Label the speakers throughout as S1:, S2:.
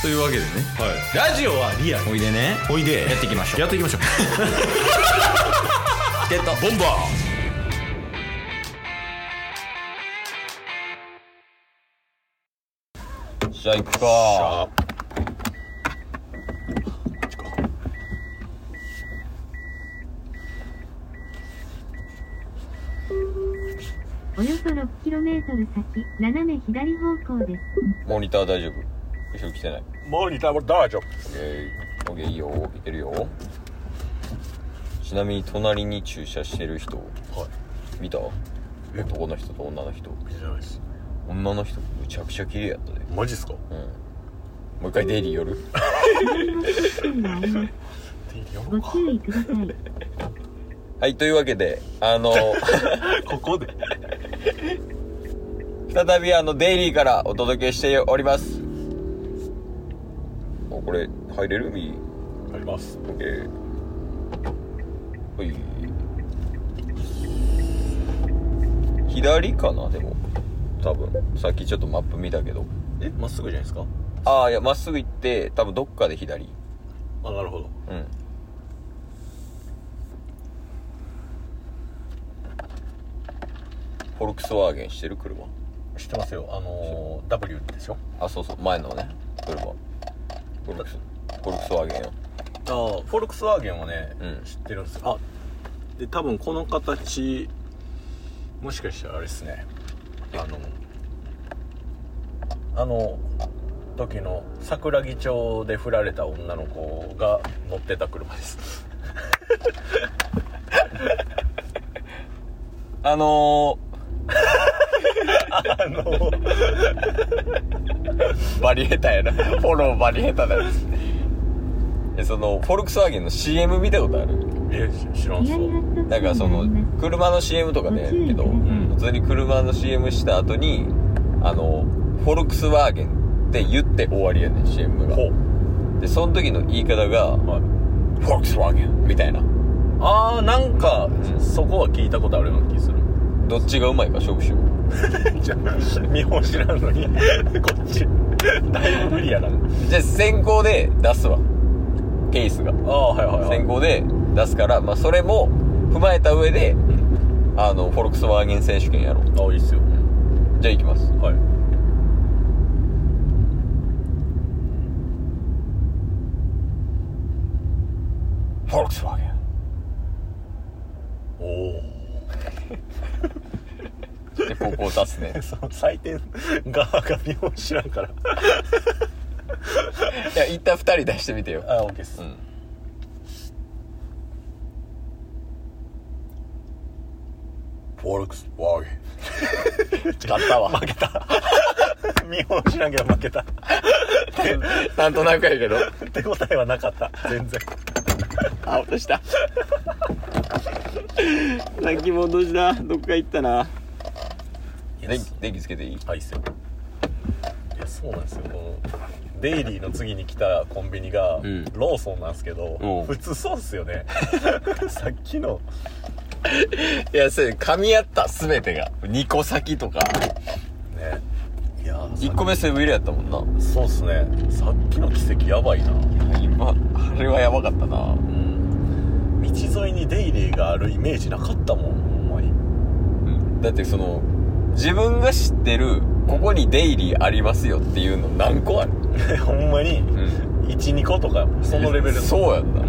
S1: というわけでね
S2: はい、ラジオはリアル
S1: おいでね
S2: おいで
S1: やっていきましょう
S2: やって いきましょう
S1: ゲット
S2: ボンバ
S1: じゃあ行くか
S2: ー
S3: およそ 6km 先、斜め左方向です。
S1: モニター大丈夫後ろ来てない
S2: モニターも大丈夫
S1: オッケーオッケーいいよいけるよちなみに隣に駐車してる人
S2: はい
S1: 見た男の人と女の人
S2: いいじゃないです
S1: 女の人むちゃくちゃ綺麗やったで
S2: マジっすか
S1: うんもう一回デイリー寄る
S3: 左の危険があります。ご注意ください。
S1: はいというわけであの
S2: ここで
S1: 再びあのデイリーからお届けしておりますおこれ入れる右
S2: あります
S1: オッケーほい左かなでも多分さっきちょっとマップ見たけど
S2: えまっすぐじゃないですか
S1: ああいやまっすぐ行って多分どっかで左
S2: あなるほど
S1: うんフォルクスワーゲンしてる車
S2: 知ってますよあのー、W でしょ
S1: あそうそう前のね車フォルクスフォルクスワーゲンよ
S2: あーフォルクスワーゲンはね、
S1: うん
S2: 知ってるんですよあで多分この形もしかしたらあれですねあのあの時の桜木町で振られた女の子が乗ってた車です
S1: あの
S2: あの
S1: ー、バリヘタやなフォローバリヘタだよえそのフォルクスワーゲンの CM 見たことある
S2: え知らんす
S3: 左
S2: わ
S3: ハット
S1: なんかその
S3: 付近があります
S1: 車の CM とかでやるけど、
S2: ん
S1: 普通に車の CM した後にあのフォルクスワーゲンって言って終わりやねん CM が
S2: ほう
S1: でその時の言い方が
S2: はい
S1: 「フォルクスワーゲン」みたいな
S2: あーなんか、
S1: ん
S2: そこは聞いたことあるような気する
S1: どっちがうまいか勝負しよう
S2: じゃあ日本知らんのにこっちだいぶ無理やな
S1: じゃあ先行で出すわケースが
S2: ああはいはいはい
S1: 先行で出すから、まあ、それも踏まえた上であのフォルクスワーゲン選手権やろう
S2: あいいっすよ
S1: じゃあ行きます
S2: はい
S1: フォルクスワーゲン
S2: おお
S1: で高校出す ね
S2: その採点側が日本知らんから
S1: いや一旦2人出してみてよ
S2: あオッケーっす、
S1: うん
S2: フォルクスワーゲ
S1: 勝ったわ負けた
S2: ン日本知らんけど負けた
S1: なんとなくやけど
S2: 手応えはなかった全然
S1: あ落とした泣き戻しだどっか行ったな電気電気つけていい
S2: はいっすよいやそうなんですよこのデイリーの次に来たコンビニが、
S1: ん
S2: ローソンなんですけど、
S1: うん
S2: 普通そうっすよ ねさっきの
S1: いやそれ噛み合った全てが2個先とか
S2: ねいやー
S1: 1個目セブン入れやったもんな
S2: そうっすねさっきの奇跡やばいな
S1: 今あれはやばかったな
S2: うん道沿いにデイリーがあるイメージなかったもんほんまに
S1: だってその自分が知ってるここにデイリーありますよっていうの何個ある、
S2: ほんまに
S1: ん、
S2: 12個とかそのレベル
S1: そうやんな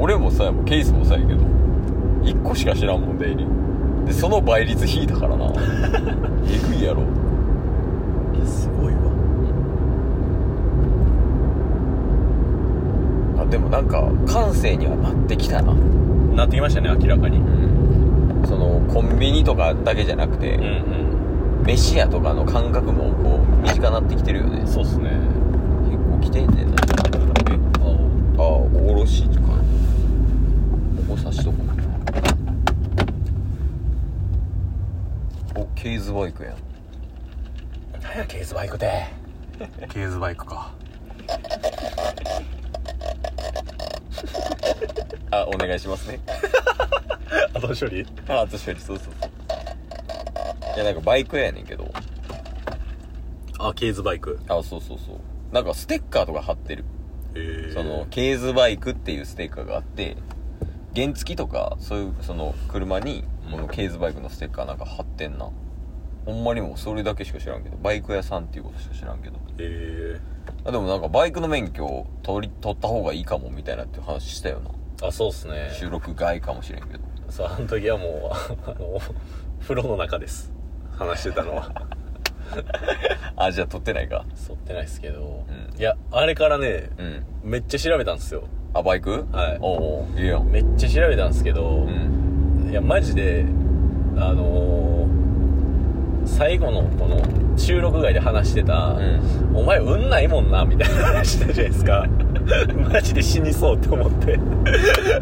S1: 俺もさケースもさやけど1個しか知らんもんデイリーでその倍率引いたからな えぐいやろ
S2: すごいわ
S1: あでもなんか感性にはなってきたな、
S2: なってきましたね明らかに
S1: そのコンビニとかだけじゃなくて、
S2: ん
S1: 飯屋とかの感覚もこう身近になってきてるよね
S2: そうっすね
S1: 結構来てんねんなえ
S2: あ
S1: あ
S2: お
S1: あおろしとかここ刺しとこうおケーズバイクやん
S2: 何やケーズバイクで ケーズバイクか
S1: あお願いしますね
S2: 後処理
S1: あ確かにそうそうそういやなんかバイク屋やねんけど
S2: あケーズバイク
S1: あそうそうそうなんかステッカーとか貼ってる
S2: え
S1: そのケーズバイクっていうステッカーがあって原付とかそういうその車にこのケーズバイクのステッカーなんか貼ってんなほんまにもうそれだけしか知らんけどバイク屋さんっていうことしか知らんけど
S2: え
S1: あでもなんかバイクの免許を取り取った方がいいかもみたいなっていう話したよな
S2: あそうっすね
S1: 収録外かもしれんけど
S2: そうあの時はもう あの風呂の中です話してたのは
S1: あじゃあ取ってないか
S2: そうってないですけど、
S1: うん
S2: いやあれからね
S1: うん
S2: めっちゃ調べたんですよ
S1: あバイク
S2: はい
S1: おうおういいやん
S2: めっちゃ調べたんですけど
S1: う、ん
S2: いやマジであのー最後のこの収録外で話してた、
S1: うん
S2: お前運ないもんなみたいな話したじゃないで すかマジで死にそうって思って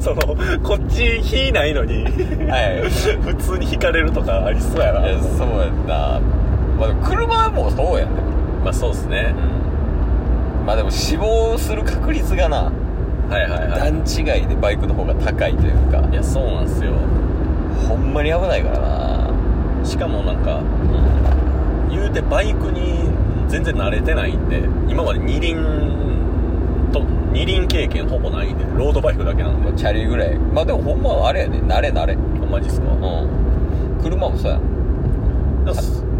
S2: そのこっち火ないのに
S1: はい
S2: 普通に引かれるとかありそうや
S1: いや
S2: な
S1: そうやんなまあでも車もそうやんね
S2: まあそうっすね
S1: まあでも死亡する確率がな
S2: はいはいはい
S1: 段違いでバイクの方が高いというか
S2: いやそうなんですよ
S1: ほんまに危ないからな
S2: しかもなんか言うてバイクに全然慣れてないんで今まで二輪と二輪経験ほぼないんでロードバイクだけなんで
S1: まあチャリぐらいまあでもほんまあれやで慣れ慣れう
S2: ほんまですか
S1: ん車もそうやん
S2: だからそ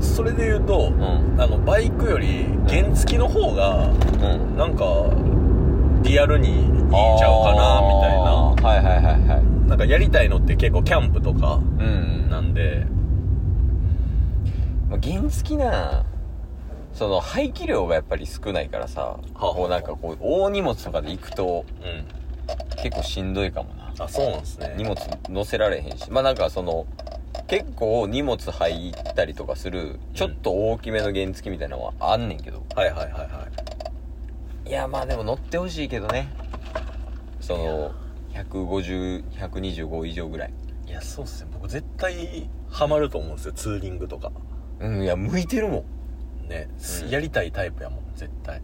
S2: それで言うと、
S1: ん
S2: あのバイクより原付の方が
S1: うん
S2: なんかリアルにいいんちゃ
S1: た
S2: うかなみたいな
S1: いなはいはいはいはい
S2: なんかやりたいのって結構キャンプとか
S1: うん
S2: なんで
S1: まあ原付なその排気量がやっぱり少ないからさ
S2: はあ
S1: こうなんかこう大荷物とかで行くと
S2: うん
S1: 結構しんどいかもな
S2: あそうなんですね
S1: 荷物乗せられへんしまあなんかその結構荷物入ったりとかするちょっと大きめの原付みたいなのはあんねんけど、
S2: はいはいはいはい
S1: いやまあでも乗ってほしいけどねその150125以上ぐらい
S2: いやそうっすね僕絶対ハマると思うんですよツーリングとか
S1: うんいや向いてるもん
S2: ね、
S1: うん
S2: やりたいタイプやもん絶対、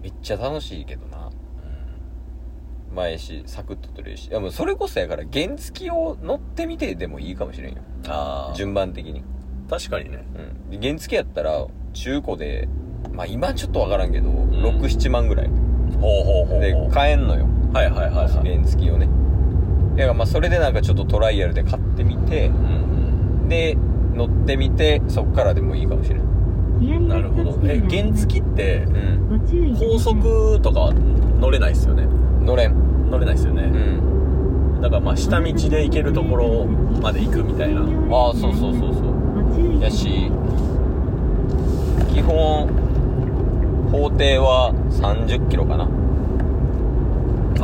S1: めっちゃ楽しいけどな
S2: う
S1: 前やしサクッと取れるしいやもうそれこそやから原付を乗ってみてでもいいかもしれんよ
S2: ん、あ
S1: 順番的に、
S2: 確かにね
S1: うん、で原付やったら中古でまあ今ちょっとわからんけど、
S2: ん
S1: 67万ぐらい
S2: ほうほうほうほう
S1: で買えんのよ
S2: はいはいはいはい、
S1: 原付をねだからまあそれでなんかちょっとトライアルで買ってみて
S2: うん
S1: で乗ってみてそっからでもいいかもしれない
S3: ヒアリ
S2: うん、な
S3: が
S2: るほ
S3: 一つ
S2: ど
S3: で
S2: え
S3: は
S2: 原付って
S1: うん
S3: ご注意ください
S2: 高速とかは乗れないですよね
S1: 乗れん
S2: 乗れないですよ
S1: う
S2: ね、
S1: ん
S2: だからまあ下道で行けるところまで行くみたいな
S1: ああそうそうそうそう
S3: ご注意くだ
S1: や
S3: さい
S1: し基本法定は30キロかな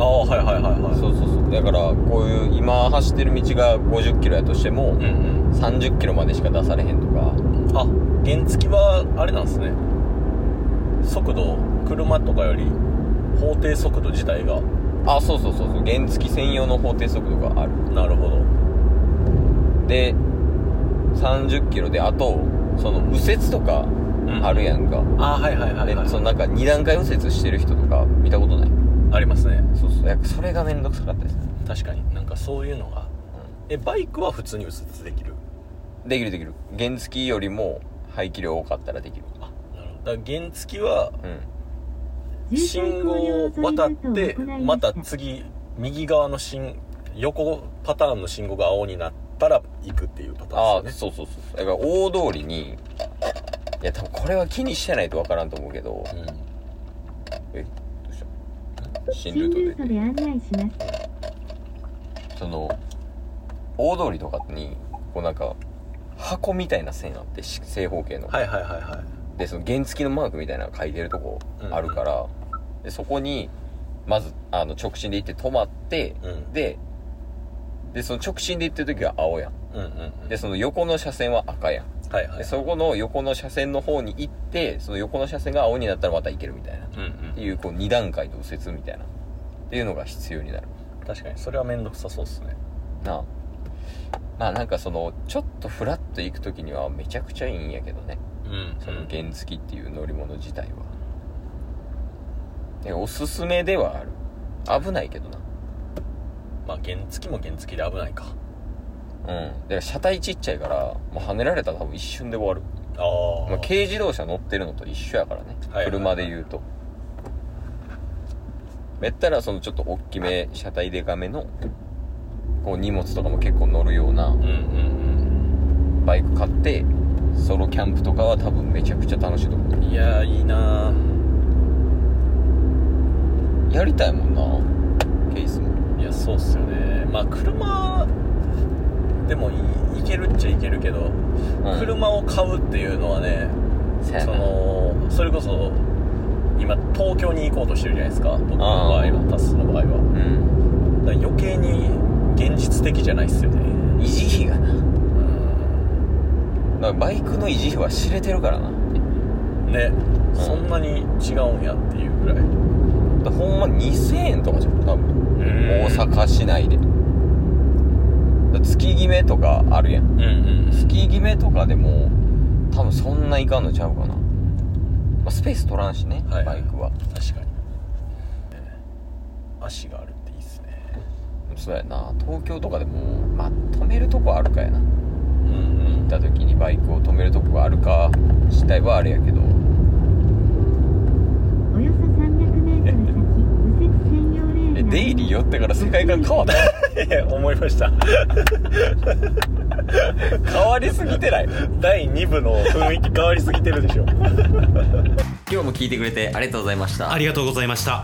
S2: ああはいはいはいはい
S1: そうそうそうだからこういう今走ってる道が50キロやとしても、
S2: うん
S1: 30キロまでしか出されへんとか
S2: うんあ原付はあれなんですね速度車とかより法定速度自体が
S1: あそうそうそうそう原付専用の法定速度がある
S2: なるほど
S1: で30キロであとその右折とか
S2: ん
S1: あるやんか、
S2: ああはいはいはい、はい、
S1: でそのなんか2段階右折してる人とか見たことない
S2: ありますね
S1: そうそうやっぱそれがめんどくさかったですね、
S2: 確かになんかそういうのがえバイクは普通に右折できる
S1: うん、できるできる原付よりも排気量多かったらできる
S2: あなるほどだから原付は
S1: うん
S2: 信号を渡ってまた次右側の信横パターンの信号が青になったら行くっていうパタ
S1: あ
S2: ー
S1: あ
S2: ン
S1: ー
S2: ですよ
S1: そうそうそうそうだから大通りにいや多分これは気にしてないとわからんと思うけど
S2: ね
S1: えどうした新
S3: 新
S1: ル
S3: ル
S1: ー
S3: ー
S1: ト
S3: ト
S1: で
S3: で案内します
S1: その大通りとかにこうなんか箱みたいな線あってし正方形の
S2: うんはいはいはいはい
S1: でその原付のマークみたいなの書いてるとこ
S2: うん
S1: あるから、でそこにまずあの直進で行って止まって、
S2: うん
S1: ででその直進で行ってる時は青やん
S2: うんうんうん
S1: でその横の車線は赤やん
S2: はいはい
S1: でそこの横の車線の方に行ってその横の車線が青になったらまた行けるみたいなっ
S2: うんうん
S1: ていうこう2段階の右折みたいなっていうのが必要になる
S2: 確かにそれは面倒くさそうですね
S1: なあまあなんかそのちょっとフラッと行く時にはめちゃくちゃいいんやけどね
S2: うん
S1: その原付っていう乗り物自体はでおすすめではある危ないけどな
S2: まあ原付も原付で危ないか
S1: うんだから車体ちっちゃいからもう跳ねられたら多分一瞬で終わる、
S2: ああ、
S1: まあ、軽自動車乗ってるのと一緒やからね、
S2: はいはいはい
S1: 車で言うとめったらそのちょっと大きめ車体でかめのこう荷物とかも結構乗るような
S2: うんうん
S1: バイク買ってソロキャンプとかは多分めちゃくちゃ楽しいと思
S2: うんいやーいいなー
S1: うやりたいもんなケースも
S2: いやそうっすよねまあ車でもいいいけるっちゃいけるけど、
S1: ん
S2: 車を買うっていうのはね
S1: せや
S2: そ
S1: な
S2: のそれこそ今東京に行こうとしてるじゃないですか僕の場合
S1: あ
S2: はタスの場合は
S1: うん
S2: だから余計に現実的じゃないっすよね
S1: 維持費がなだか
S2: うん
S1: らバイクの維持費は知れてるからな
S2: ね、
S1: ん
S2: そんなに違うんやっていうぐらい
S1: だからほんま2000円とかじゃん多分大
S2: 大
S1: 阪市内でだから月決めとかあるやん
S2: うんうん
S1: 月決めとかでも多分そんないかんのちゃうかな、まあ、スペース取らんしね、
S2: はい
S1: バイクは
S2: 確かに、ね足があるっていいっすね
S1: そうやな東京とかでもまあ止めるとこあるかやな
S2: うん
S1: 行った時にバイクを止めるとこがあるか自体はあれやけど
S3: およそ300メートル先、右折専用レーン
S1: え
S3: が
S1: デイリー寄ってから世界観変わった
S2: いや 思いました
S1: 変わりすぎてない
S2: 第2部の雰囲気変わりすぎてるでしょ
S1: 今日も聞いてくれてありがとうございました
S4: ありがとうございました